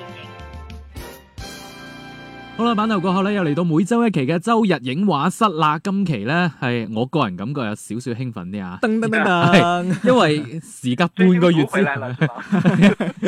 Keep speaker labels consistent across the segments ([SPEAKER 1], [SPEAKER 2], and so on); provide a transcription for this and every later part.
[SPEAKER 1] 影。
[SPEAKER 2] 好啦，版頭過後咧，又嚟到每周一期嘅周日影畫室啦。今期咧係我個人感覺有少少興奮啲 啊，
[SPEAKER 3] 噔噔噔噔，
[SPEAKER 2] 因為時隔半個月之後，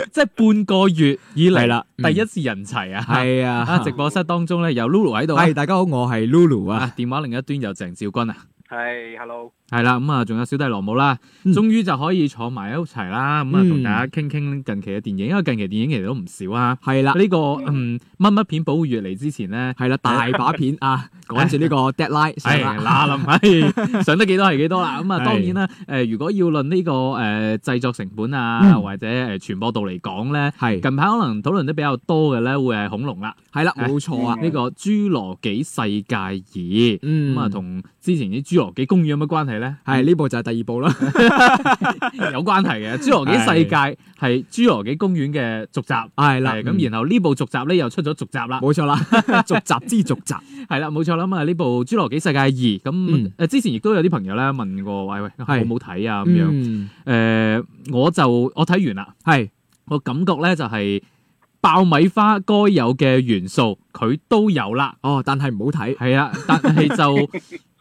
[SPEAKER 2] 即係半個月以嚟
[SPEAKER 3] 係啦嗯
[SPEAKER 2] 第一次人齊啊。
[SPEAKER 3] 係啊，
[SPEAKER 2] 啊，直播室當中咧有 Lulu 喺度啊
[SPEAKER 3] 係大家好，我係 Lulu à. 啊，
[SPEAKER 2] 啊，電話另一端有鄭少君啊。
[SPEAKER 4] 係，hello，
[SPEAKER 2] 係啦，咁啊，仲有小弟羅姆啦，
[SPEAKER 3] 嗯
[SPEAKER 2] 終於就可以坐埋一齊啦，咁啊，
[SPEAKER 3] 嗯
[SPEAKER 2] 同大家傾傾近期嘅電影，因為近期電影其實都唔少啊。
[SPEAKER 3] 係啦，
[SPEAKER 2] 呢個嗯乜乜片保護月嚟之前咧，
[SPEAKER 3] 係啦，大把片啊，趕住呢個 deadline 上
[SPEAKER 2] 係
[SPEAKER 3] 啦，
[SPEAKER 2] 哎嗱臨， 係上得幾多係幾多啦。咁啊，
[SPEAKER 3] 係
[SPEAKER 2] 當然啦，誒，如果要論呢個誒製作成本啊，
[SPEAKER 3] 嗯
[SPEAKER 2] 或者誒傳播度嚟講咧，
[SPEAKER 3] 係
[SPEAKER 2] 近排可能討論得比較多嘅咧，會係恐龍啦，
[SPEAKER 3] 係啦，冇錯啊，
[SPEAKER 4] 嗯
[SPEAKER 2] 呢個《侏羅紀世界二》。
[SPEAKER 3] 嗯
[SPEAKER 2] 咁啊，同之前啲《侏羅紀公園》有乜關係咧？
[SPEAKER 3] 係呢部就係第二部啦，
[SPEAKER 2] 有關係嘅，《侏羅紀世界》係《侏羅紀公園》嘅續集。
[SPEAKER 3] 係啦，
[SPEAKER 2] 係
[SPEAKER 3] 嗯
[SPEAKER 2] 咁，然後呢部續集咧又出咗續集啦，
[SPEAKER 3] 冇錯啦， 續集之續集，
[SPEAKER 2] 係啦，冇錯啦。咁啊，呢部《侏羅紀世界二》咁
[SPEAKER 3] 嗯
[SPEAKER 2] 誒，之前亦都有啲朋友咧問過，喂喂，好
[SPEAKER 3] 係
[SPEAKER 2] 唔好睇啊？咁樣
[SPEAKER 3] 嗯，
[SPEAKER 2] 誒，我就我睇完啦，
[SPEAKER 3] 係
[SPEAKER 2] 我感覺咧就係爆米花該有嘅元素佢都有啦，
[SPEAKER 3] 哦，但係唔好睇，
[SPEAKER 2] 係 啊，但係就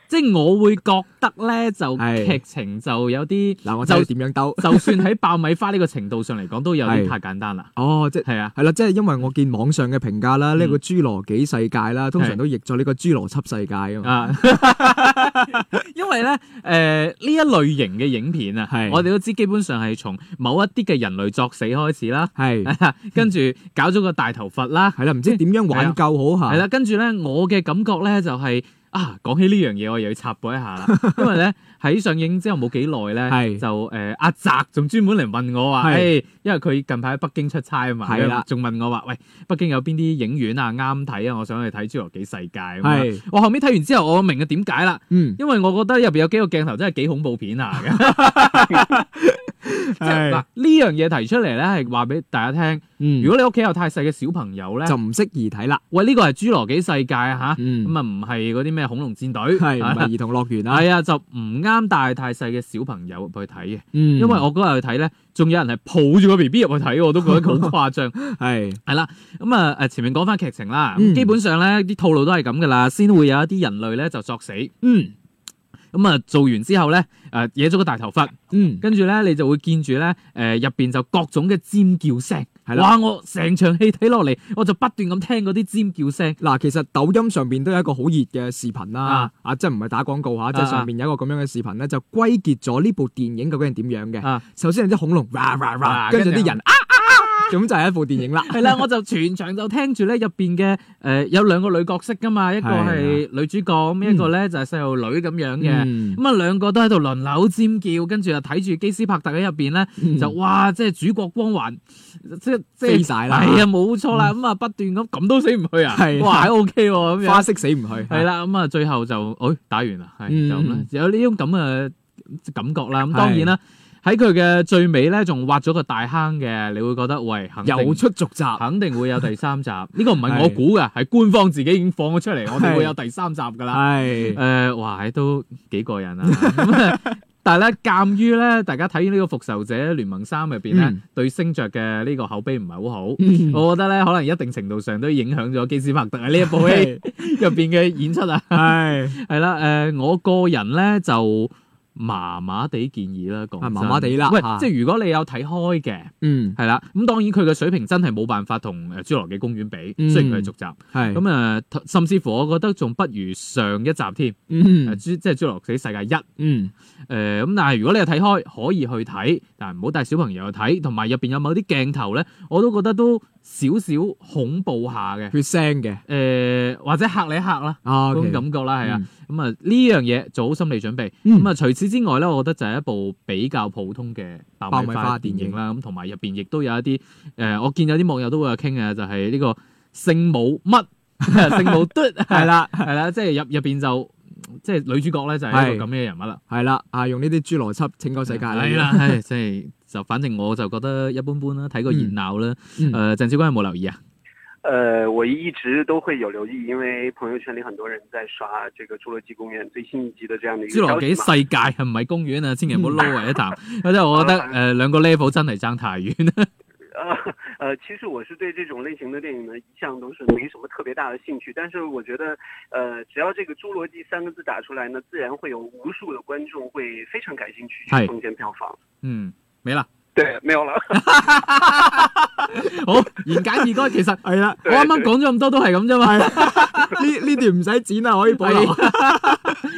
[SPEAKER 2] 即係我會覺得咧就
[SPEAKER 3] 係
[SPEAKER 2] 劇情就有啲，
[SPEAKER 3] 嗱我睇
[SPEAKER 2] 就
[SPEAKER 3] 你點樣兜，
[SPEAKER 2] 就算喺爆米花呢個程度上嚟講，都有啲
[SPEAKER 3] 係
[SPEAKER 2] 太簡單啦，
[SPEAKER 3] 哦，即係
[SPEAKER 2] 係啊。
[SPEAKER 3] 係啦，即係因為我見網上嘅評價啦，呢個侏羅紀世界啦，通
[SPEAKER 2] 係
[SPEAKER 3] 常都譯咗呢個侏羅輯世界啊嘛，
[SPEAKER 2] 啊， 因為咧，誒、呢一類型嘅影片啊，
[SPEAKER 3] 係
[SPEAKER 2] 我哋都知基本上係從某一啲嘅人類作死開始啦，
[SPEAKER 3] 係
[SPEAKER 2] 跟住搞咗個大頭佛啦，
[SPEAKER 3] 係啦，唔知點樣挽救好
[SPEAKER 2] 係
[SPEAKER 3] 嚇，
[SPEAKER 2] 啦，跟住咧，我嘅感覺咧就係、啊，講起呢樣嘢，我又要插播一下啦，因為咧喺上映之後冇幾耐咧，
[SPEAKER 3] 係
[SPEAKER 2] 就誒、呃阿澤仲專門嚟問我話，誒、
[SPEAKER 3] 係
[SPEAKER 2] 因為佢近排喺北京出差啊嘛，
[SPEAKER 3] 係啦
[SPEAKER 2] 仲問我話，喂，北京有邊啲影院啊啱睇啊，我想去睇《侏羅紀世界》咁樣。
[SPEAKER 3] 係，
[SPEAKER 2] 我後面睇完之後，我明嘅點解啦。
[SPEAKER 3] 嗯，
[SPEAKER 2] 因為我覺得入邊有幾個鏡頭真係幾恐怖片 啊！嘅，即係嗱呢樣嘢提出嚟咧，係話俾大家聽。
[SPEAKER 3] 嗯
[SPEAKER 2] 如果你屋企有太細嘅小朋友咧，
[SPEAKER 3] 就唔適宜睇啦。
[SPEAKER 2] 喂呢個係侏羅紀世界啊嚇，
[SPEAKER 3] 嗯
[SPEAKER 2] 咁啊唔係嗰啲咩恐龍戰隊，
[SPEAKER 3] 係唔係
[SPEAKER 2] 係
[SPEAKER 3] 兒童樂園啊？
[SPEAKER 2] 係啊，就唔啱帶太細嘅小朋友去睇嘅，
[SPEAKER 3] 嗯
[SPEAKER 2] 因為我嗰日去睇咧，仲有人係抱住個 B B 入去睇，我都覺得佢好誇 張。
[SPEAKER 3] 係
[SPEAKER 2] 咁啊誒前面講翻劇情啦，
[SPEAKER 3] 嗯
[SPEAKER 2] 基本上咧啲套路都係咁噶啦，先會有一啲人類咧就作死，
[SPEAKER 3] 嗯
[SPEAKER 2] 咁啊做完之後咧誒惹咗個大頭佛。
[SPEAKER 3] 嗯
[SPEAKER 2] 跟住咧，你就會見住咧，誒入邊就各種嘅尖叫聲，
[SPEAKER 3] 係啦
[SPEAKER 2] 哇！我成場戲睇落嚟，我就不斷咁聽嗰啲尖叫聲，
[SPEAKER 3] 嗱，其實抖音上邊都有一個好熱嘅視頻啦
[SPEAKER 2] 啊，
[SPEAKER 3] 啊，即係唔係打廣告嚇，即
[SPEAKER 2] 啊
[SPEAKER 3] 係上邊有一個咁樣嘅視頻咧，就歸結咗呢部電影究竟係點樣
[SPEAKER 2] 啊
[SPEAKER 3] 嘅。首先係啲恐龍，哇哇
[SPEAKER 2] 啊
[SPEAKER 3] 哇，跟住
[SPEAKER 2] 跟
[SPEAKER 3] 啲
[SPEAKER 2] 住
[SPEAKER 3] 人啊啊啊，咁就係一部電影啦。
[SPEAKER 2] 係啦，我就全場就聽住咧入邊嘅誒有兩個女角色噶嘛，一個係女主角，咁一個咧就係細路女咁樣嘅，
[SPEAKER 3] 啊嗯
[SPEAKER 2] 咁啊兩個都喺度輪流尖叫，跟住又睇住基斯帕特喺入邊咧。
[SPEAKER 3] 嗯
[SPEAKER 2] 就哇！即係主角光環，即即
[SPEAKER 3] 飛晒啦
[SPEAKER 2] 係啊，冇錯啦。咁啊，不斷咁咁都死唔去啊！
[SPEAKER 3] 係啊
[SPEAKER 2] 哇，O K 喎，咁樣
[SPEAKER 3] 花式死唔去，
[SPEAKER 2] 係，啦，咁啊，最後就，哎，打完啦，係
[SPEAKER 3] 嗯
[SPEAKER 2] 就咁啦
[SPEAKER 3] 嗯，
[SPEAKER 2] 有呢種咁嘅呃感覺啦。咁當然啦，喺佢嘅最尾咧，仲挖咗個大坑嘅，你會覺得，喂，肯定
[SPEAKER 3] 又出續集。
[SPEAKER 2] 肯定會有第三集。呢個唔係我估嘅，係官方自己已經放咗出嚟，我哋會有第三集噶啦。
[SPEAKER 3] 係
[SPEAKER 2] 誒，哇，都幾過癮啊！咁啊 但係咧，鑑於咧，大家睇呢個《復仇者聯盟三》入邊咧
[SPEAKER 3] 嗯，
[SPEAKER 2] 對星爵嘅呢個口碑唔係好好，
[SPEAKER 3] 嗯
[SPEAKER 2] 我覺得咧，可能一定程度上都影響咗基斯帕特喺呢一部戲入邊嘅演出啊。
[SPEAKER 3] 係
[SPEAKER 2] 係啦，誒、我個人咧就麻麻地建議啦，講
[SPEAKER 3] 啊
[SPEAKER 2] 真
[SPEAKER 3] 麻麻地啦
[SPEAKER 2] 喂，
[SPEAKER 3] 嚇
[SPEAKER 2] 即係如果你有睇開嘅，
[SPEAKER 3] 嗯
[SPEAKER 2] 係啦，咁當然佢嘅水平真係冇辦法同誒《侏羅紀公園》比，
[SPEAKER 3] 嗯
[SPEAKER 2] 雖然佢係續集，
[SPEAKER 3] 係
[SPEAKER 2] 咁誒、呃甚至乎我覺得仲不如上一集添，誒、
[SPEAKER 3] 嗯
[SPEAKER 2] 侏即係《侏羅紀世界一》
[SPEAKER 3] 嗯
[SPEAKER 2] 誒咁，但係如果你有睇開，可以去睇，但係唔好帶小朋友去睇，同埋入邊有某啲鏡頭咧，我都覺得都少少恐怖下嘅，誒、
[SPEAKER 3] 血腥嘅
[SPEAKER 2] 或者嚇你一嚇啦。
[SPEAKER 3] 啊
[SPEAKER 2] 嗰種
[SPEAKER 3] OK
[SPEAKER 2] 感覺啦，係啊，咁啊呢樣嘢做好心理準備。
[SPEAKER 3] 嗯
[SPEAKER 2] 咁啊除此之外咧，我覺得就係一部比較普通嘅爆米
[SPEAKER 3] 爆米
[SPEAKER 2] 花
[SPEAKER 3] 花
[SPEAKER 2] 電
[SPEAKER 3] 電
[SPEAKER 2] 影
[SPEAKER 3] 影
[SPEAKER 2] 啦。咁同埋入邊亦都有一啲誒、呃我見有啲網友都會有傾嘅，就係、呢個聖母乜 聖母嘟係啦，
[SPEAKER 3] 係啦
[SPEAKER 2] 係啦，即係入入邊就即係女主角咧就係一個咁
[SPEAKER 3] 係
[SPEAKER 2] 嘅人物啦。
[SPEAKER 3] 係啦啊，用呢啲侏羅輯拯救世界
[SPEAKER 2] 係啦，係即係就反正我就覺得一般般啦，睇個熱鬧啦。誒、
[SPEAKER 3] 嗯
[SPEAKER 2] 鄭少君有冇留意啊？
[SPEAKER 1] 呃，我一直都会有留意，因为朋友圈里很多人在刷这个《侏罗纪公园》最新一集的这样的一
[SPEAKER 2] 侏
[SPEAKER 1] 个消
[SPEAKER 2] 羅紀
[SPEAKER 1] 息嘛。
[SPEAKER 2] 世界係唔係公園啊？千祈唔好撈為一談，因為我覺得誒、兩個 level 真係爭太遠。
[SPEAKER 1] 呃呃，其实我是对这种类型的电影呢，一向都是没什么特别大的兴趣。但是我觉得，呃，只要这个“侏罗纪”三个字打出来呢，自然会有无数的观众会非常感兴趣，
[SPEAKER 2] 是
[SPEAKER 1] 去奉献票房。
[SPEAKER 2] 嗯，未啦。
[SPEAKER 1] 对，没有了。
[SPEAKER 2] 好，言簡意賅，其 實
[SPEAKER 3] 係啦，
[SPEAKER 2] 我啱啱講咗咁多都係咁啫嘛。
[SPEAKER 3] 呢呢段唔使剪啦，可以保留。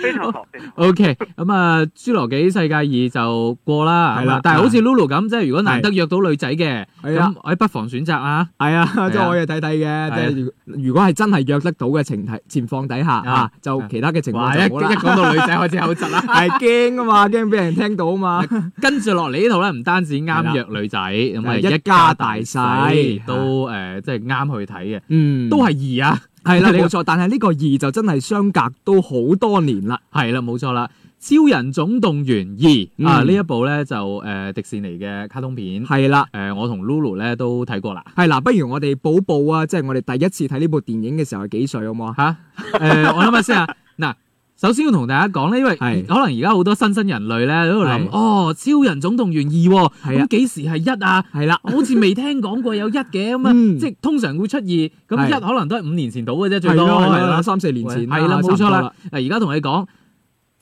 [SPEAKER 1] 非常好，非 常好。
[SPEAKER 2] O K，咁啊，《侏羅紀世界二》就過啦，
[SPEAKER 3] 係啦
[SPEAKER 2] 咁啊但係好似 Lulu 咁，即係如果難得約到女仔嘅，
[SPEAKER 3] 係啊
[SPEAKER 2] 咁誒不妨選擇啊。
[SPEAKER 3] 係啊，即
[SPEAKER 2] 係啊
[SPEAKER 3] 係我哋睇睇
[SPEAKER 2] 啊
[SPEAKER 3] 嘅，即係如如果係真係約得到嘅前提情況底下
[SPEAKER 2] 啊
[SPEAKER 3] 啊，就其他嘅情況
[SPEAKER 2] 一一
[SPEAKER 3] 就冇啦。
[SPEAKER 2] 講到女仔開始口窒啦。
[SPEAKER 3] 係驚啊嘛，驚俾人聽到啊嘛。
[SPEAKER 2] 跟住落嚟呢度咧，唔單止啱約女仔，咁啊
[SPEAKER 3] 係啦
[SPEAKER 2] 一
[SPEAKER 3] 一
[SPEAKER 2] 家
[SPEAKER 3] 家
[SPEAKER 2] 大啊
[SPEAKER 3] 大
[SPEAKER 2] 細
[SPEAKER 3] 細
[SPEAKER 2] 都誒，即係啱去睇嘅，
[SPEAKER 3] 嗯，
[SPEAKER 2] 都係二啊，
[SPEAKER 3] 係啦，
[SPEAKER 2] 呢個
[SPEAKER 3] 冇錯。但係呢個二就真係相隔都好多年啦。
[SPEAKER 2] 係啦，冇錯啦，《超人總動員二》啊，
[SPEAKER 3] 嗯
[SPEAKER 2] 呢一部咧就誒迪士尼嘅卡通片，
[SPEAKER 3] 係啦。
[SPEAKER 2] 誒我同 Lulu 咧都睇過啦。
[SPEAKER 3] 係嗱，不如我哋補報啊！即係我哋第一次睇呢部電影嘅時候係幾歲好唔好啊？
[SPEAKER 2] 吓，诶、我諗下先啊，嗱。首先要同大家講咧，因為
[SPEAKER 3] 係
[SPEAKER 2] 可能而家好多新生人類咧喺度諗，
[SPEAKER 3] 係
[SPEAKER 2] 哦，超人總動員二喎，
[SPEAKER 3] 係
[SPEAKER 2] 咁
[SPEAKER 3] 啊
[SPEAKER 2] 幾時係一啊？
[SPEAKER 3] 係啦，
[SPEAKER 2] 好似未聽講過有一嘅咁啊，
[SPEAKER 3] 嗯
[SPEAKER 2] 即係通常會出二，咁一可
[SPEAKER 3] 係
[SPEAKER 2] 能都係五年前到嘅啫，最
[SPEAKER 3] 係
[SPEAKER 2] 多
[SPEAKER 3] 咯係
[SPEAKER 2] 係啦
[SPEAKER 3] 啦，。三四年前
[SPEAKER 2] 係啦，
[SPEAKER 3] 差
[SPEAKER 2] 冇
[SPEAKER 3] 唔
[SPEAKER 2] 錯
[SPEAKER 3] 多
[SPEAKER 2] 啦。。嗱，而家同你講，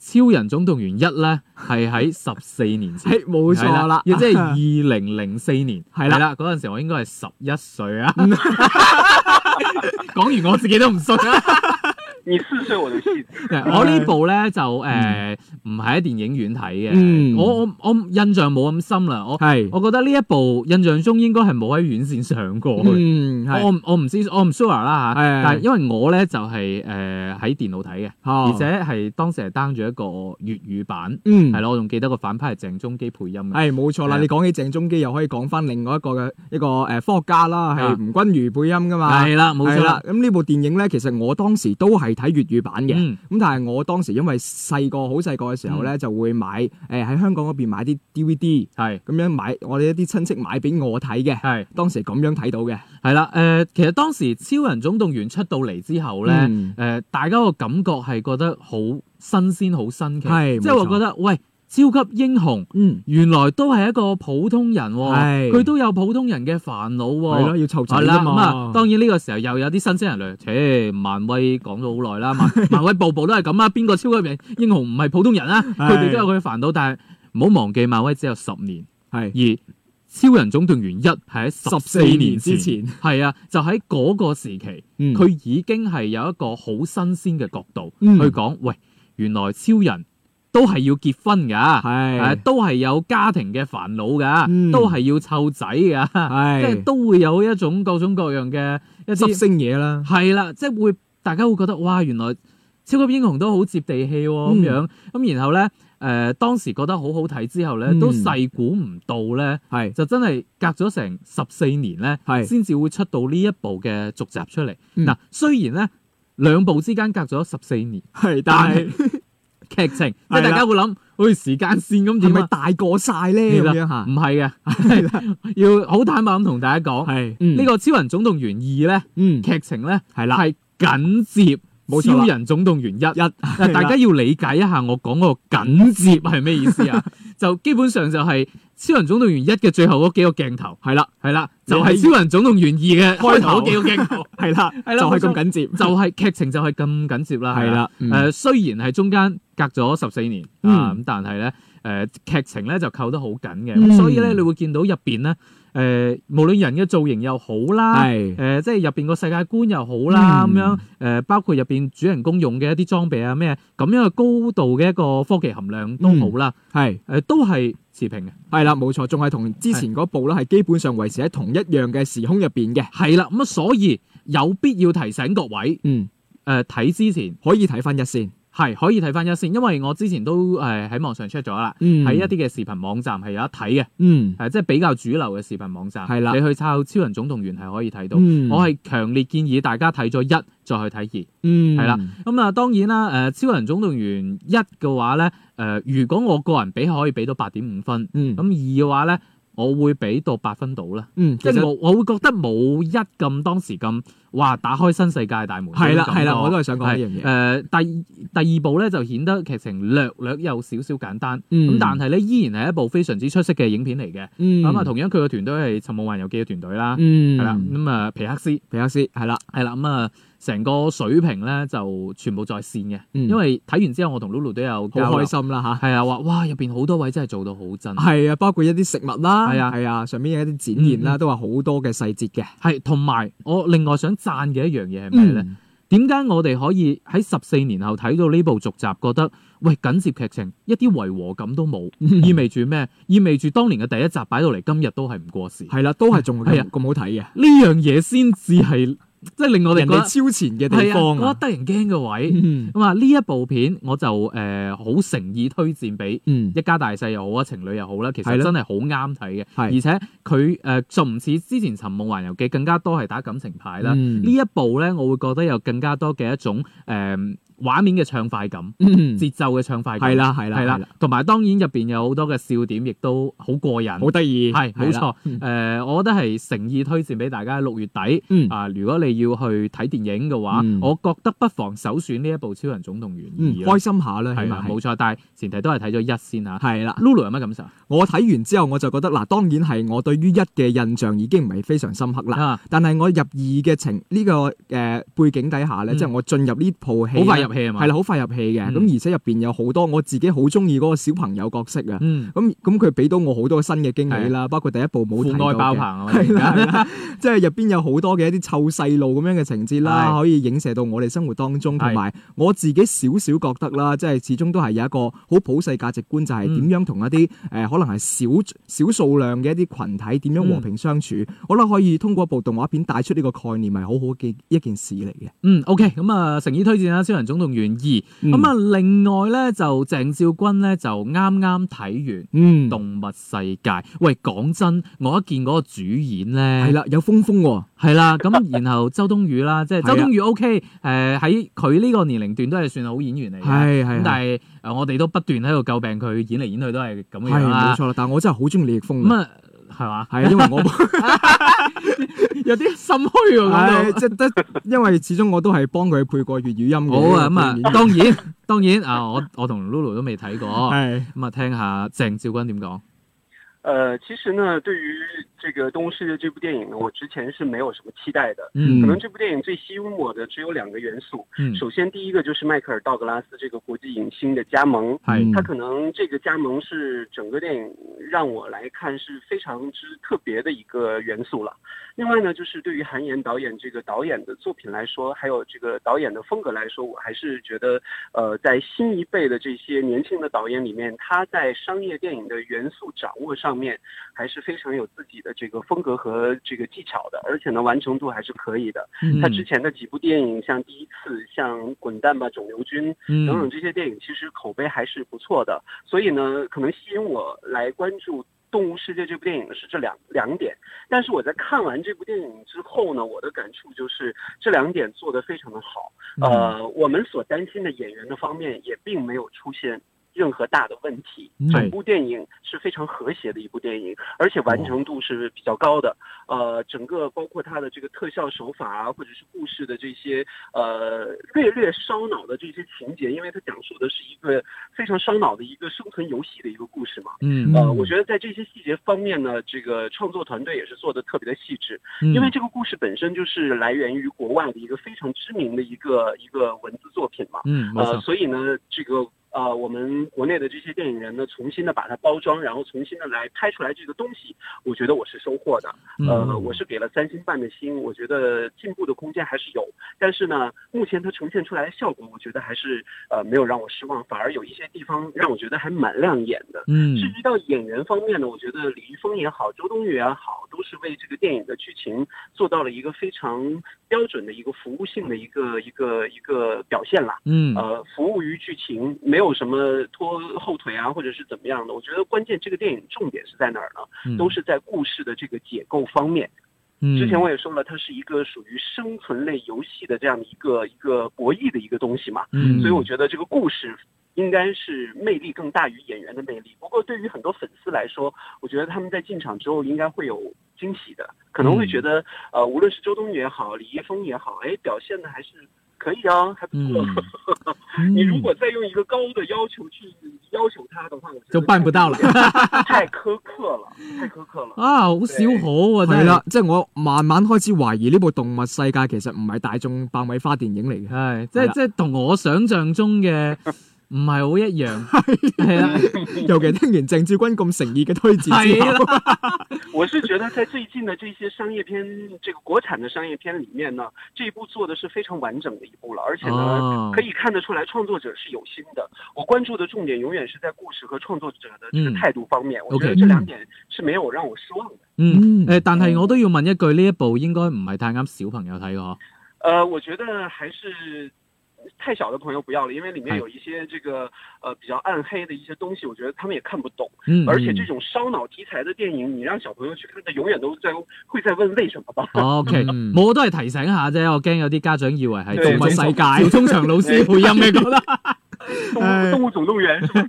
[SPEAKER 2] 超人總動員一咧係喺十四年前，
[SPEAKER 3] 係冇錯啦，
[SPEAKER 2] 亦即 係二零零四年，
[SPEAKER 3] 係啦
[SPEAKER 2] 係啦，嗰陣時我應該係十一歲啊。 講完我自己都唔信啊！
[SPEAKER 1] 你四岁我的戏子，
[SPEAKER 2] 我呢部咧就誒唔係喺電影院睇嘅，
[SPEAKER 3] 嗯
[SPEAKER 2] 我我我印象冇咁深啦，我
[SPEAKER 3] 係，
[SPEAKER 2] 我覺得呢一部印象中應該係冇喺院線上過嘅。
[SPEAKER 3] 嗯係，
[SPEAKER 2] 我唔我唔知我唔 sure 啦嚇，
[SPEAKER 3] 係
[SPEAKER 2] 但係因為我咧就係誒喺電腦睇嘅，而
[SPEAKER 3] 而
[SPEAKER 2] 且係當時係 down 咗一個粵語版，
[SPEAKER 3] 嗯
[SPEAKER 2] 係咯，我仲記得個反派係鄭中基配音嘅，
[SPEAKER 3] 係冇錯啦。
[SPEAKER 2] 係啊
[SPEAKER 3] 你講起鄭中基，又可以講翻另外一個嘅一個誒科學家啦，
[SPEAKER 2] 啊
[SPEAKER 3] 係吳君如配音噶嘛。
[SPEAKER 2] 係啦，冇錯
[SPEAKER 3] 係
[SPEAKER 2] 啦
[SPEAKER 3] 啦，，咁呢部電影咧，其實我當時都係睇粵語版嘅。
[SPEAKER 2] 嗯
[SPEAKER 3] 咁但係我當時因為細個好細個嘅時候咧，就會買誒喺香港嗰邊買啲 DVD，
[SPEAKER 2] 係
[SPEAKER 3] 咁樣買我哋一啲親戚買俾我睇嘅。
[SPEAKER 2] 係
[SPEAKER 3] 當時咁樣睇到嘅，
[SPEAKER 2] 係啦，誒其實當時《超人總動員》出到嚟之後咧。誒、呃大家個感覺係覺得好新鮮、好新奇，
[SPEAKER 3] 係
[SPEAKER 2] 即係
[SPEAKER 3] 冇
[SPEAKER 2] 我
[SPEAKER 3] 錯
[SPEAKER 2] 覺得喂，超級英雄
[SPEAKER 3] 嗯，
[SPEAKER 2] 原來都係一個普通人喎、
[SPEAKER 3] 係
[SPEAKER 2] 佢都有普通人嘅煩惱喎、
[SPEAKER 3] 係咯，要湊仔
[SPEAKER 2] 係啦，
[SPEAKER 3] 㗎
[SPEAKER 2] 咁啊
[SPEAKER 3] 嘛，，
[SPEAKER 2] 當然呢個時候又有啲新鮮人類，切漫威講咗好耐啦，漫漫威步步都係咁啦，啊邊個超級人英雄唔係普通人啊？佢哋都有佢嘅煩惱，但係唔好忘記漫威只有十年，
[SPEAKER 3] 係
[SPEAKER 2] 而超人總動員一係喺十四年
[SPEAKER 3] 之
[SPEAKER 2] 前，係啊，就喺嗰個時期。
[SPEAKER 3] Ừ.
[SPEAKER 2] 佢已經係有一個好新鮮嘅角度、
[SPEAKER 3] 嗯
[SPEAKER 2] 去講，喂，原來超人都係要結婚㗎，誒
[SPEAKER 3] 係
[SPEAKER 2] 都係有家庭嘅煩惱㗎，
[SPEAKER 3] 嗯
[SPEAKER 2] 都係要湊仔㗎，即係
[SPEAKER 3] 係
[SPEAKER 2] 都會有一種各種各樣嘅一
[SPEAKER 3] 執
[SPEAKER 2] 啲
[SPEAKER 3] 星嘢啦，
[SPEAKER 2] 係啦，即係會大家會覺得哇，原來超級英雄都好接地氣喎、咁、
[SPEAKER 3] 嗯
[SPEAKER 2] 樣，咁然後咧誒、當時覺得好好睇之後咧，都
[SPEAKER 3] 嗯
[SPEAKER 2] 細估唔到咧，
[SPEAKER 3] 係
[SPEAKER 2] 就真係隔咗成十四年咧。
[SPEAKER 3] 係
[SPEAKER 2] 先至會出到呢一部嘅續集出嚟。
[SPEAKER 3] 嗯
[SPEAKER 2] 嗱、雖然咧兩部之間隔咗十四年，
[SPEAKER 3] 係，
[SPEAKER 2] 但
[SPEAKER 3] 但
[SPEAKER 2] 係
[SPEAKER 3] 係
[SPEAKER 2] 劇情即 係
[SPEAKER 3] 係
[SPEAKER 2] 大
[SPEAKER 3] 啦
[SPEAKER 2] 家會諗，好似時間線咁
[SPEAKER 3] 係
[SPEAKER 2] 點
[SPEAKER 3] 咪
[SPEAKER 2] 啊？
[SPEAKER 3] 大過晒咧
[SPEAKER 2] 係啦
[SPEAKER 3] 咁樣嚇？
[SPEAKER 2] 唔 係嘅，要好坦白咁同大家講，
[SPEAKER 3] 係
[SPEAKER 2] 呢
[SPEAKER 3] 呢個
[SPEAKER 2] 個《超人總動員二》咧
[SPEAKER 3] 嗯
[SPEAKER 2] 劇情咧
[SPEAKER 3] 係啦，
[SPEAKER 2] 嗯係緊接。
[SPEAKER 3] 冇錯啦
[SPEAKER 2] 超人總動 員一，
[SPEAKER 3] 一
[SPEAKER 2] 但大家要理解一下我講嗰個緊接係咩意思 啊？就基本上就係超人總動員一嘅最後嗰幾個鏡頭，
[SPEAKER 3] 係啦
[SPEAKER 2] 係啦，就係超人總動員二嘅開頭嗰幾個鏡頭。
[SPEAKER 3] 係啦，
[SPEAKER 2] 係啦
[SPEAKER 3] 就係
[SPEAKER 2] 冇錯
[SPEAKER 3] 咁緊 接，
[SPEAKER 2] 就係劇情就係咁緊接啦，
[SPEAKER 3] 係。啦，
[SPEAKER 2] 誒、雖然係中間隔咗十四年、
[SPEAKER 3] 嗯
[SPEAKER 2] 啊，咁但係咧誒劇情咧就扣得好緊嘅，
[SPEAKER 3] 嗯
[SPEAKER 2] 所以咧你會見到入邊咧誒無論人嘅造型又好啦，誒、
[SPEAKER 3] 係
[SPEAKER 2] 即係入邊個世界觀又好啦，咁、
[SPEAKER 3] 嗯
[SPEAKER 2] 樣誒、包括入邊主人公用嘅一啲裝備啊咩咁樣嘅高度嘅一個科技含量都好啦，誒、
[SPEAKER 3] 係
[SPEAKER 2] 都係持平嘅，
[SPEAKER 3] 係啦，冇錯，仲係同之前嗰部咧係基本上維持喺同一樣嘅時空入邊嘅，
[SPEAKER 2] 係啦，咁啊所以有必要提醒各位
[SPEAKER 3] 嗯，
[SPEAKER 2] 誒睇、之前
[SPEAKER 3] 可以睇翻一線，
[SPEAKER 2] 係可以睇翻一先，因為我之前都誒喺、網上 check 咗啦。
[SPEAKER 3] 嗯
[SPEAKER 2] 喺一啲嘅視頻網站係有得睇嘅，
[SPEAKER 3] 嗯
[SPEAKER 2] 誒即係比較主流嘅視頻網站，
[SPEAKER 3] 係啦
[SPEAKER 2] 你去抄《超人總動員》係可以睇到。
[SPEAKER 3] 嗯
[SPEAKER 2] 我係強烈建議大家睇咗一再去睇
[SPEAKER 3] 嗯
[SPEAKER 2] 係啦，二。咁啊，當然啦，誒、超人總動員》一》嘅話咧，誒、如果我個人俾可以俾到八點五分，
[SPEAKER 3] 嗯
[SPEAKER 2] 咁二嘅話咧，我會俾到八分到啦。
[SPEAKER 3] 嗯，
[SPEAKER 2] 即
[SPEAKER 3] 其
[SPEAKER 2] 係
[SPEAKER 3] 實
[SPEAKER 2] 冇，我會覺得冇一咁當時咁，哇！打開新世界大門。
[SPEAKER 3] 係
[SPEAKER 2] 嗰
[SPEAKER 3] 啦
[SPEAKER 2] 種感覺
[SPEAKER 3] 係啦，我都係想講呢樣
[SPEAKER 2] 係
[SPEAKER 3] 嘢。
[SPEAKER 2] 誒第第二部咧就顯得劇情略略有少少簡單，咁、
[SPEAKER 3] 嗯
[SPEAKER 2] 但係咧依然係一部非常之出色嘅影片嚟嘅。
[SPEAKER 3] 嗯
[SPEAKER 2] 咁啊、同樣佢嘅團隊係《尋夢環遊記》嘅團隊啦，
[SPEAKER 3] 嗯
[SPEAKER 2] 係啦、咁啊皮克斯
[SPEAKER 3] 皮克斯係啦，
[SPEAKER 2] 係啦，咁啊成個水平咧就全部在線嘅，
[SPEAKER 3] 嗯
[SPEAKER 2] 因為睇完之後我同 Lulu 都有
[SPEAKER 3] 好
[SPEAKER 2] 交流
[SPEAKER 3] 開，心啦吓。
[SPEAKER 2] 係啊話哇入邊好多位真係做到好真，
[SPEAKER 3] 係啊，包括一啲食物啦，
[SPEAKER 2] 係啊
[SPEAKER 3] 係啊，上面有一啲展現
[SPEAKER 2] 嗯
[SPEAKER 3] 啦，
[SPEAKER 2] 嗯
[SPEAKER 3] 都話好多嘅細節嘅。
[SPEAKER 2] 係同埋我另外想讚嘅一樣嘢係咩咧？
[SPEAKER 3] 嗯？
[SPEAKER 2] 點解我哋可以喺十四年後睇到呢部續集，覺得喂緊接劇情一啲違和感都 冇，意味住咩？意味住當年嘅第一集擺到嚟，今日都係唔過時。呢
[SPEAKER 3] 係啦，都係仲
[SPEAKER 2] 係啊
[SPEAKER 3] 咁咁好睇嘅。
[SPEAKER 2] 樣嘢先至係即係令我哋
[SPEAKER 3] 人
[SPEAKER 2] 覺
[SPEAKER 3] 哋
[SPEAKER 2] 得
[SPEAKER 3] 超前嘅地方
[SPEAKER 2] 係啊
[SPEAKER 3] 啊
[SPEAKER 2] 覺得，得人驚嘅位。
[SPEAKER 3] 嗯
[SPEAKER 2] 咁啊，呢一部片我就誒好誠意推薦俾
[SPEAKER 3] 嗯
[SPEAKER 2] 一家大細又好啊，情侶又好啦，其
[SPEAKER 3] 係
[SPEAKER 2] 實
[SPEAKER 3] 咯
[SPEAKER 2] 真係好啱睇嘅。而
[SPEAKER 3] 係
[SPEAKER 2] 且佢誒就唔似之前《尋夢環遊記》更加多係打感情牌啦。
[SPEAKER 3] 嗯
[SPEAKER 2] 呢一部咧，我會覺得有更加多嘅一種誒、畫面嘅暢快感、
[SPEAKER 3] 嗯
[SPEAKER 2] 節奏嘅暢快感，
[SPEAKER 3] 係啦係啦
[SPEAKER 2] 係
[SPEAKER 3] 係
[SPEAKER 2] 啦
[SPEAKER 3] 啦，，
[SPEAKER 2] 同埋當然入邊有好多嘅笑點，亦都好過癮。
[SPEAKER 3] 好得意
[SPEAKER 2] 係冇錯，，誒、
[SPEAKER 3] 嗯
[SPEAKER 2] 我覺得係誠意推薦俾大家六月底
[SPEAKER 3] 嗯
[SPEAKER 2] 啊、如果你要去睇電影嘅話，
[SPEAKER 3] 嗯
[SPEAKER 2] 我覺得不妨首選呢一部《超人總動員二
[SPEAKER 3] 嗯》
[SPEAKER 2] 啦
[SPEAKER 3] 開，心下啦，起
[SPEAKER 2] 係啦
[SPEAKER 3] 碼
[SPEAKER 2] 冇
[SPEAKER 3] 係
[SPEAKER 2] 錯，但係前提都係睇咗一先嚇。
[SPEAKER 3] 係啦。
[SPEAKER 2] Lulu 有乜感受
[SPEAKER 3] 我睇完之後我就覺得嗱，當然係我對於一嘅印象已經唔係非常深刻啦。
[SPEAKER 2] 啊？
[SPEAKER 3] 但係我入二嘅情呢、個誒、呃背景底下咧，
[SPEAKER 2] 嗯
[SPEAKER 3] 即係我進入呢套戲
[SPEAKER 2] 好
[SPEAKER 3] 呢，
[SPEAKER 2] 快入戲係嘛？
[SPEAKER 3] 係啦，好快入戲嘅。
[SPEAKER 2] 嗯
[SPEAKER 3] 咁、而且入邊有好多我自己好中意嗰個小朋友角色啊。
[SPEAKER 2] 嗯，
[SPEAKER 3] 咁咁佢俾到我好多新嘅驚喜啦，包括第一部冇
[SPEAKER 2] 啊父
[SPEAKER 3] 睇到
[SPEAKER 2] 愛爆
[SPEAKER 3] 嘅
[SPEAKER 2] 棚啊！我哋
[SPEAKER 3] 係
[SPEAKER 2] 而家
[SPEAKER 3] 啦係啦，即係入邊有好多嘅一啲湊細路咁樣嘅情節啦，
[SPEAKER 2] 係
[SPEAKER 3] 可以影射到我哋生活當中，
[SPEAKER 2] 係
[SPEAKER 3] 同埋我自己少少覺得啦，即係始終都係有一個好普世價值觀，就係
[SPEAKER 2] 嗯
[SPEAKER 3] 點樣同一啲誒、呃可能係少少數量嘅一啲群體
[SPEAKER 2] 嗯
[SPEAKER 3] 點樣和平相處，我覺得可以通過一部動畫片帶出呢個概念，係好好嘅一件事嚟嘅。
[SPEAKER 2] 嗯，OK，咁啊，誠意推薦啦，《超人總動員二》。咁
[SPEAKER 3] 咁
[SPEAKER 2] 啊
[SPEAKER 3] 啊，，
[SPEAKER 2] 另外咧就鄭少君咧就啱啱睇完。
[SPEAKER 3] 嗯，
[SPEAKER 2] 動物世界，喂，講真，我一見嗰個主演咧，
[SPEAKER 3] 係啦，有風風喎，
[SPEAKER 2] 係啦，咁然後周冬雨啦，即係
[SPEAKER 3] 係啊
[SPEAKER 2] 周冬雨 OK，誒喺佢呢個年齡段都係算好演員嚟嘅，
[SPEAKER 3] 係啊
[SPEAKER 2] 咁
[SPEAKER 3] 係
[SPEAKER 2] 但
[SPEAKER 3] 係
[SPEAKER 2] 係誒我哋都不斷喺度诟病佢演嚟演去都係咁樣
[SPEAKER 3] 係冇
[SPEAKER 2] 啦，
[SPEAKER 3] 錯啦，但係我真係好中意李易峰
[SPEAKER 2] 咁
[SPEAKER 3] 啊，
[SPEAKER 2] 啊係嘛，
[SPEAKER 3] 係因為 我。
[SPEAKER 2] 有啲心虛喎
[SPEAKER 3] 唉
[SPEAKER 2] 講到。
[SPEAKER 3] 即係得，因為始終我都係幫佢配過粵語音嘅。
[SPEAKER 2] 好啊，咁啊，當然當然啊，我我同 Lulu 都未睇過，
[SPEAKER 3] 係
[SPEAKER 2] 咁啊聽下鄭少君點講。
[SPEAKER 1] 呃，其实呢，对于这个《东视》的这部电影呢，我之前是没有什么期待的。
[SPEAKER 2] 嗯
[SPEAKER 1] 可能这部电影最吸引我的只有两个元素，
[SPEAKER 2] 嗯，
[SPEAKER 1] 首先第一个就是迈克尔·道格拉斯这个国际影星的加盟，
[SPEAKER 3] 嗯
[SPEAKER 2] 係
[SPEAKER 1] 他可能这个加盟是整个电影让我来看是非常之特别的一个元素了。另外呢，就是对于韩延导演这个导演的作品来说，还有这个导演的风格来说，我还是觉得，呃，在新一辈的这些年轻的导演里面，他在商业电影的元素掌握上面，还是非常有自己的这个风格和这个技巧的，而且呢，完成度还是可以的。
[SPEAKER 2] 嗯
[SPEAKER 1] 他之前的几部电影，像第一次，像《滚蛋吧肿瘤君》，
[SPEAKER 2] 嗯
[SPEAKER 1] 等等这些电影，其实口碑还是不错的。所以呢，可能吸引我来关注《动物世界》这部电影的是这两两点。但是我在看完这部电影之后呢，我的感触就是这两点做得非常的好。
[SPEAKER 2] 嗯
[SPEAKER 1] 呃，我们所担心的演员的方面也并没有出现。任何大的问题，
[SPEAKER 3] 嗯
[SPEAKER 1] 整部电影是非常和谐的一部电影，而且完成度是比较高的。呃，整个包括它的这个特效手法啊，或者是故事的这些呃略略烧脑的这些情节，因为它讲述的是一个非常烧脑的一个生存游戏的一个故事嘛。
[SPEAKER 2] 嗯
[SPEAKER 1] 呃，我觉得在这些细节方面呢，这个创作团队也是做的特别的细致。
[SPEAKER 2] 嗯
[SPEAKER 1] 因为这个故事本身就是来源于国外的一个非常知名的一个一个文字作品嘛，
[SPEAKER 2] 嗯冇
[SPEAKER 1] 呃，
[SPEAKER 2] 錯，
[SPEAKER 1] 所以呢，这个呃，我们国内的这些电影人呢，重新的把它包装，然后重新的来拍出来这个东西，我觉得我是收获的。呃，
[SPEAKER 2] 嗯
[SPEAKER 1] 我是给了三星半的星，我觉得进步的空间还是有，但是呢，目前它呈现出来的效果，我觉得还是呃没有让我失望，反而有一些地方让我觉得还蛮亮眼的。
[SPEAKER 2] 嗯
[SPEAKER 1] 至于到演员方面呢，我觉得李易峰也好，周冬雨也好，都是为这个电影的剧情做到了一个非常标准的一个服务性的一个一个一个表现啦。
[SPEAKER 2] 嗯
[SPEAKER 1] 呃，服务于剧情，没有什么拖后腿啊，或者是怎么样的。我觉得关键这个电影重点是在哪儿呢？
[SPEAKER 2] 嗯
[SPEAKER 1] 都是在故事的这个解构方面。之前我也说了，它是一个属于生存类游戏的这样的一个一个博弈的一个东西嘛，
[SPEAKER 2] 嗯
[SPEAKER 1] 所以我觉得这个故事应该是魅力更大于演员的魅力。不过对于很多粉丝来说，我觉得他们在进场之后应该会有惊喜的，可能会
[SPEAKER 2] 嗯
[SPEAKER 1] 觉得、呃，无论是周冬雨也好，李易峰也好，哎，表现的还是可以啊，还不错。
[SPEAKER 2] 嗯
[SPEAKER 1] 你如果再用一个高的要求去要求他的话，我觉得
[SPEAKER 2] 就辦不到了，
[SPEAKER 1] 太苛刻了，太苛刻了。
[SPEAKER 2] 啊，好少可啊，真
[SPEAKER 3] 係
[SPEAKER 2] 係
[SPEAKER 3] 啦，，即係我慢慢開始懷疑呢部《動物世界》其實唔係大眾爆米花電影 嚟嘅。
[SPEAKER 2] 係即
[SPEAKER 3] 係啦
[SPEAKER 2] 係即係同我想象中嘅唔係好一 樣，係啊啦，
[SPEAKER 3] 尤其聽完鄭志軍咁誠意嘅推薦之
[SPEAKER 2] 係啊
[SPEAKER 3] 後，
[SPEAKER 2] 啦，
[SPEAKER 1] 我是觉得在最近的这些商业片，这个国产的商业片里面呢，这一部做的是非常完整的一部了，而且呢，
[SPEAKER 2] 哦
[SPEAKER 1] 可，以看得出来创作者是有心的。我关注的重点永远是在故事和创作者的这个
[SPEAKER 2] 嗯
[SPEAKER 1] 态度方面，我觉得
[SPEAKER 2] OK
[SPEAKER 1] 这两点是没有让我失望的。
[SPEAKER 2] 嗯
[SPEAKER 3] 嗯，
[SPEAKER 2] 誒，但係我都要問一句，呢一部應該唔係太啱小朋友睇嘅嗬，
[SPEAKER 1] 呃，我觉得还是太小的朋友不要了，因为里面
[SPEAKER 2] 哎
[SPEAKER 1] 有一些这个呃比较暗黑的一些东西，我觉得他们也看不懂。
[SPEAKER 2] 嗯，
[SPEAKER 1] 而且
[SPEAKER 2] 嗯
[SPEAKER 1] 这种烧脑题材的电影，你让小朋友去看，他永远都在会在问为什么吧。
[SPEAKER 2] O K，
[SPEAKER 3] 嗯
[SPEAKER 2] 哦冇我都係提醒下啫，我驚有啲家長以為係
[SPEAKER 1] 對
[SPEAKER 2] 動物世
[SPEAKER 3] 冇
[SPEAKER 2] 界，趙忠祥 老師配音嘅覺得
[SPEAKER 1] 动
[SPEAKER 3] 哎
[SPEAKER 1] 物动物总动员是 吧？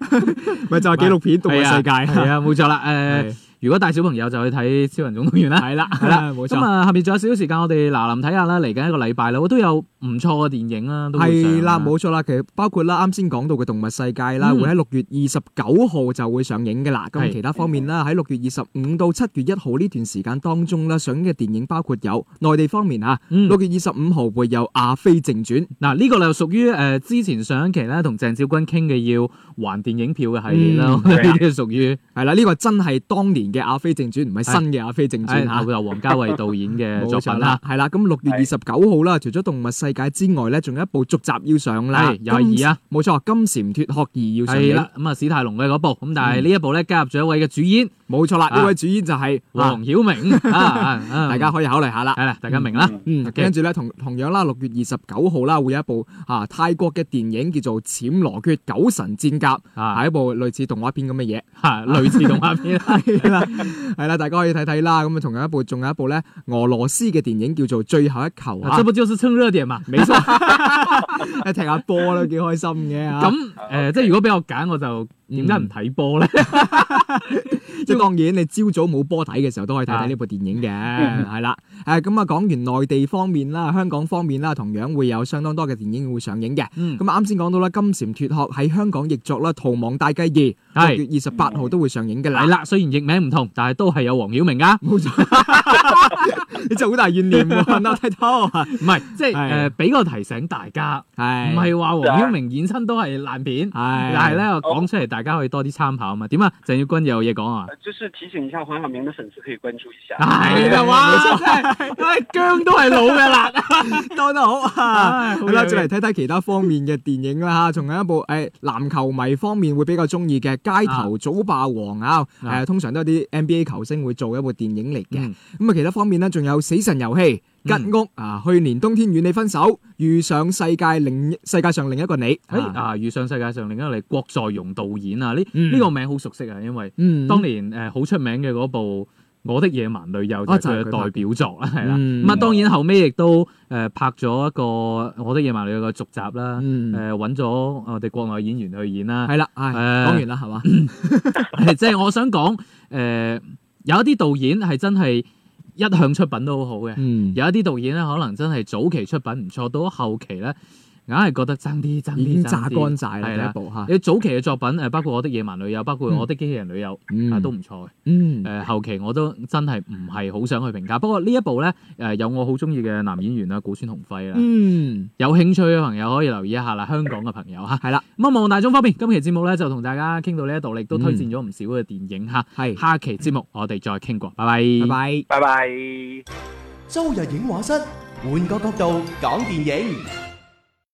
[SPEAKER 3] 咪就係紀錄片《動物世界》
[SPEAKER 2] 係 啊，冇錯啦。
[SPEAKER 3] 係
[SPEAKER 2] 誒，如果帶小朋友就去睇《超人總動員》啦。
[SPEAKER 3] 係啦，
[SPEAKER 2] 係啦
[SPEAKER 3] 冇
[SPEAKER 2] 咁
[SPEAKER 3] 錯。
[SPEAKER 2] 啊，下面仲有少少時間，我哋嗱臨睇下啦。嚟緊一個禮拜啦，我都有唔錯嘅電影啦，都會上啊
[SPEAKER 3] 係啦，冇錯啦，其實包括啦，啱先講到嘅《動物世界》啦，
[SPEAKER 2] 嗯
[SPEAKER 3] 會喺六月二十九號就會上映嘅啦。咁
[SPEAKER 2] 係
[SPEAKER 3] 其他方面啦，喺六月二十五到七月一號呢段時間當中啦，上映嘅電影包括有內地方面嚇，
[SPEAKER 2] 嗯
[SPEAKER 3] 六月二十五號會有《阿飛正傳》，
[SPEAKER 2] 嗱呢個就屬於誒之前上一期咧同鄭少君傾嘅要還電影票嘅系列啦，
[SPEAKER 3] 嗯
[SPEAKER 2] 呢啲屬於
[SPEAKER 3] 係啦，呢個真係當年嘅《阿飛正傳》，唔係新嘅《阿飛正傳》
[SPEAKER 2] 誒
[SPEAKER 3] 嚇
[SPEAKER 2] 後。由王家衛導演 嘅作
[SPEAKER 3] 冇
[SPEAKER 2] 品
[SPEAKER 3] 錯
[SPEAKER 2] 啊啦
[SPEAKER 3] 啦。，係啦，咁六月二十九號啦，除咗《動物世界》之外咧，仲有一部續集要上啦
[SPEAKER 2] 係，又係二啊，
[SPEAKER 3] 冇錯，《金蟬脫殼二》要上
[SPEAKER 2] 係
[SPEAKER 3] 映，
[SPEAKER 2] 啦，咁啊史泰龍嘅嗰部，咁但係
[SPEAKER 3] 嗯
[SPEAKER 2] 呢一部咧加入咗一位嘅主演
[SPEAKER 3] 冇錯啦，
[SPEAKER 2] 啊
[SPEAKER 3] 呢位主演就係啊
[SPEAKER 2] 黃曉 明啊啊，啊
[SPEAKER 3] 大家可以考慮下啦
[SPEAKER 2] 係。啦，大家明啦。
[SPEAKER 3] 嗯，
[SPEAKER 2] OK
[SPEAKER 3] 跟住咧，同同樣啦，六月二十九號啦，會有一部啊泰國嘅電影叫做《暹羅決九神戰甲》，
[SPEAKER 2] 啊，
[SPEAKER 3] 係一部類似動畫片咁嘅嘢，
[SPEAKER 2] 係類似動畫片
[SPEAKER 3] 係啦，係啦，大家可以睇睇啦。咁啊，同樣一部，仲有一部咧俄羅斯嘅電影叫做《最後一球》啊
[SPEAKER 2] 這，不就是蹭熱點嘛？
[SPEAKER 3] 沒 錯，一踢下波都幾開心嘅啊
[SPEAKER 2] 咁哎誒，即係如果俾我揀，我就點解唔睇波咧？
[SPEAKER 3] 即係當然，你朝早冇波睇嘅時候都可以睇睇呢部電影嘅，係啦。誒咁啊，講完內地方面啦，香港方面啦，同樣會有相當多嘅電影會上映嘅。
[SPEAKER 2] 嗯
[SPEAKER 3] 咁，啊啱先講到啦，《金蟬脱殼》喺香港譯作啦《逃亡大計二》，六
[SPEAKER 2] 係
[SPEAKER 3] 月二十八號都會上映嘅
[SPEAKER 2] 係
[SPEAKER 3] 啦。
[SPEAKER 2] 啦，雖然譯名唔同，但係都係有黃曉明啊噶。
[SPEAKER 3] 冇錯， 你真係好大怨念喎，那睇到啊，
[SPEAKER 2] 唔 係，即係
[SPEAKER 3] 係
[SPEAKER 2] 誒，俾個提醒大家，唔
[SPEAKER 3] 係
[SPEAKER 2] 係話黃曉明演親都係爛片，
[SPEAKER 3] 係
[SPEAKER 2] 但係咧我講出嚟，大家可以多啲參考啊嘛。點啊，鄭耀君有嘢講啊？
[SPEAKER 1] 呃就是提醒一下黄晓明的粉丝可以关注一
[SPEAKER 3] 啊
[SPEAKER 1] 下。
[SPEAKER 2] 係啦，哇！真係，唉姜都係老嘅 啦。
[SPEAKER 3] 多得好啊！
[SPEAKER 2] 唉
[SPEAKER 3] 好啦，再嚟睇睇其他方面嘅電影啦嚇，仲有一部誒籃球迷方面會比較中意嘅《街頭早霸王》啊，誒通常都有啲 NBA 球星會做一部電影嚟嘅。
[SPEAKER 2] 嗯
[SPEAKER 3] 咁啊，其他方面呢，仲有《死神遊戲》、
[SPEAKER 2] 嗯
[SPEAKER 3] 吉屋啊，去年冬天與你分手，遇上世界另世界上另一個你。
[SPEAKER 2] 誒
[SPEAKER 3] 啊
[SPEAKER 2] 啊！遇上世界上另一個你郭在容導演啊，呢
[SPEAKER 3] 嗯
[SPEAKER 2] 呢個名好熟悉啊，因為。
[SPEAKER 3] 嗯，
[SPEAKER 2] 當年誒好出名嘅嗰部《我的野蠻女友》
[SPEAKER 3] 啊
[SPEAKER 2] 就係佢
[SPEAKER 3] 就係佢
[SPEAKER 2] 嘅
[SPEAKER 3] 拍嘅
[SPEAKER 2] 代表作啦，係啦。
[SPEAKER 3] 嗯
[SPEAKER 2] 咁啊，當然後尾亦都誒拍咗一個《我的野蠻女友》嘅續集啦，誒
[SPEAKER 3] 嗯
[SPEAKER 2] 揾咗我哋國內演員去演啦。
[SPEAKER 3] 係啦，唉
[SPEAKER 2] 誒
[SPEAKER 3] 講完啦係嘛，嗯
[SPEAKER 2] 即係我想講誒，有一啲導演係真係一向出品都好好嘅，
[SPEAKER 3] 嗯
[SPEAKER 2] 有一啲導演咧可能真係早期出品唔錯，到咗後期咧硬係覺得爭啲爭
[SPEAKER 3] 已經
[SPEAKER 2] 啲爭
[SPEAKER 3] 榨乾
[SPEAKER 2] 啲。
[SPEAKER 3] 晒
[SPEAKER 2] 係
[SPEAKER 3] 啦
[SPEAKER 2] 啦啊
[SPEAKER 3] 第一部嚇，
[SPEAKER 2] 你早期嘅作品誒，包括《我的野蠻女友》，包括《
[SPEAKER 3] 嗯
[SPEAKER 2] 我的機器人女友》，啊
[SPEAKER 3] 嗯
[SPEAKER 2] 都唔錯嘅。誒、
[SPEAKER 3] 嗯
[SPEAKER 2] 呃後期我都真係唔係好想去評價，不過呢一部咧誒、有我好中意嘅男演員啦，古川雄輝啦，
[SPEAKER 3] 嗯
[SPEAKER 2] 有興趣嘅朋友可以留意一下啦，香港嘅朋友嚇。
[SPEAKER 3] 係啦，
[SPEAKER 2] 咁啊，望大眾方面，今期節目咧就同大家傾到呢一度，亦都推薦咗唔少嘅電影嚇。
[SPEAKER 3] 係，
[SPEAKER 2] 下期節目我哋再傾過，拜拜
[SPEAKER 3] 嗯拜拜。
[SPEAKER 1] 拜拜。
[SPEAKER 4] 周日影畫室，換個角度講電影。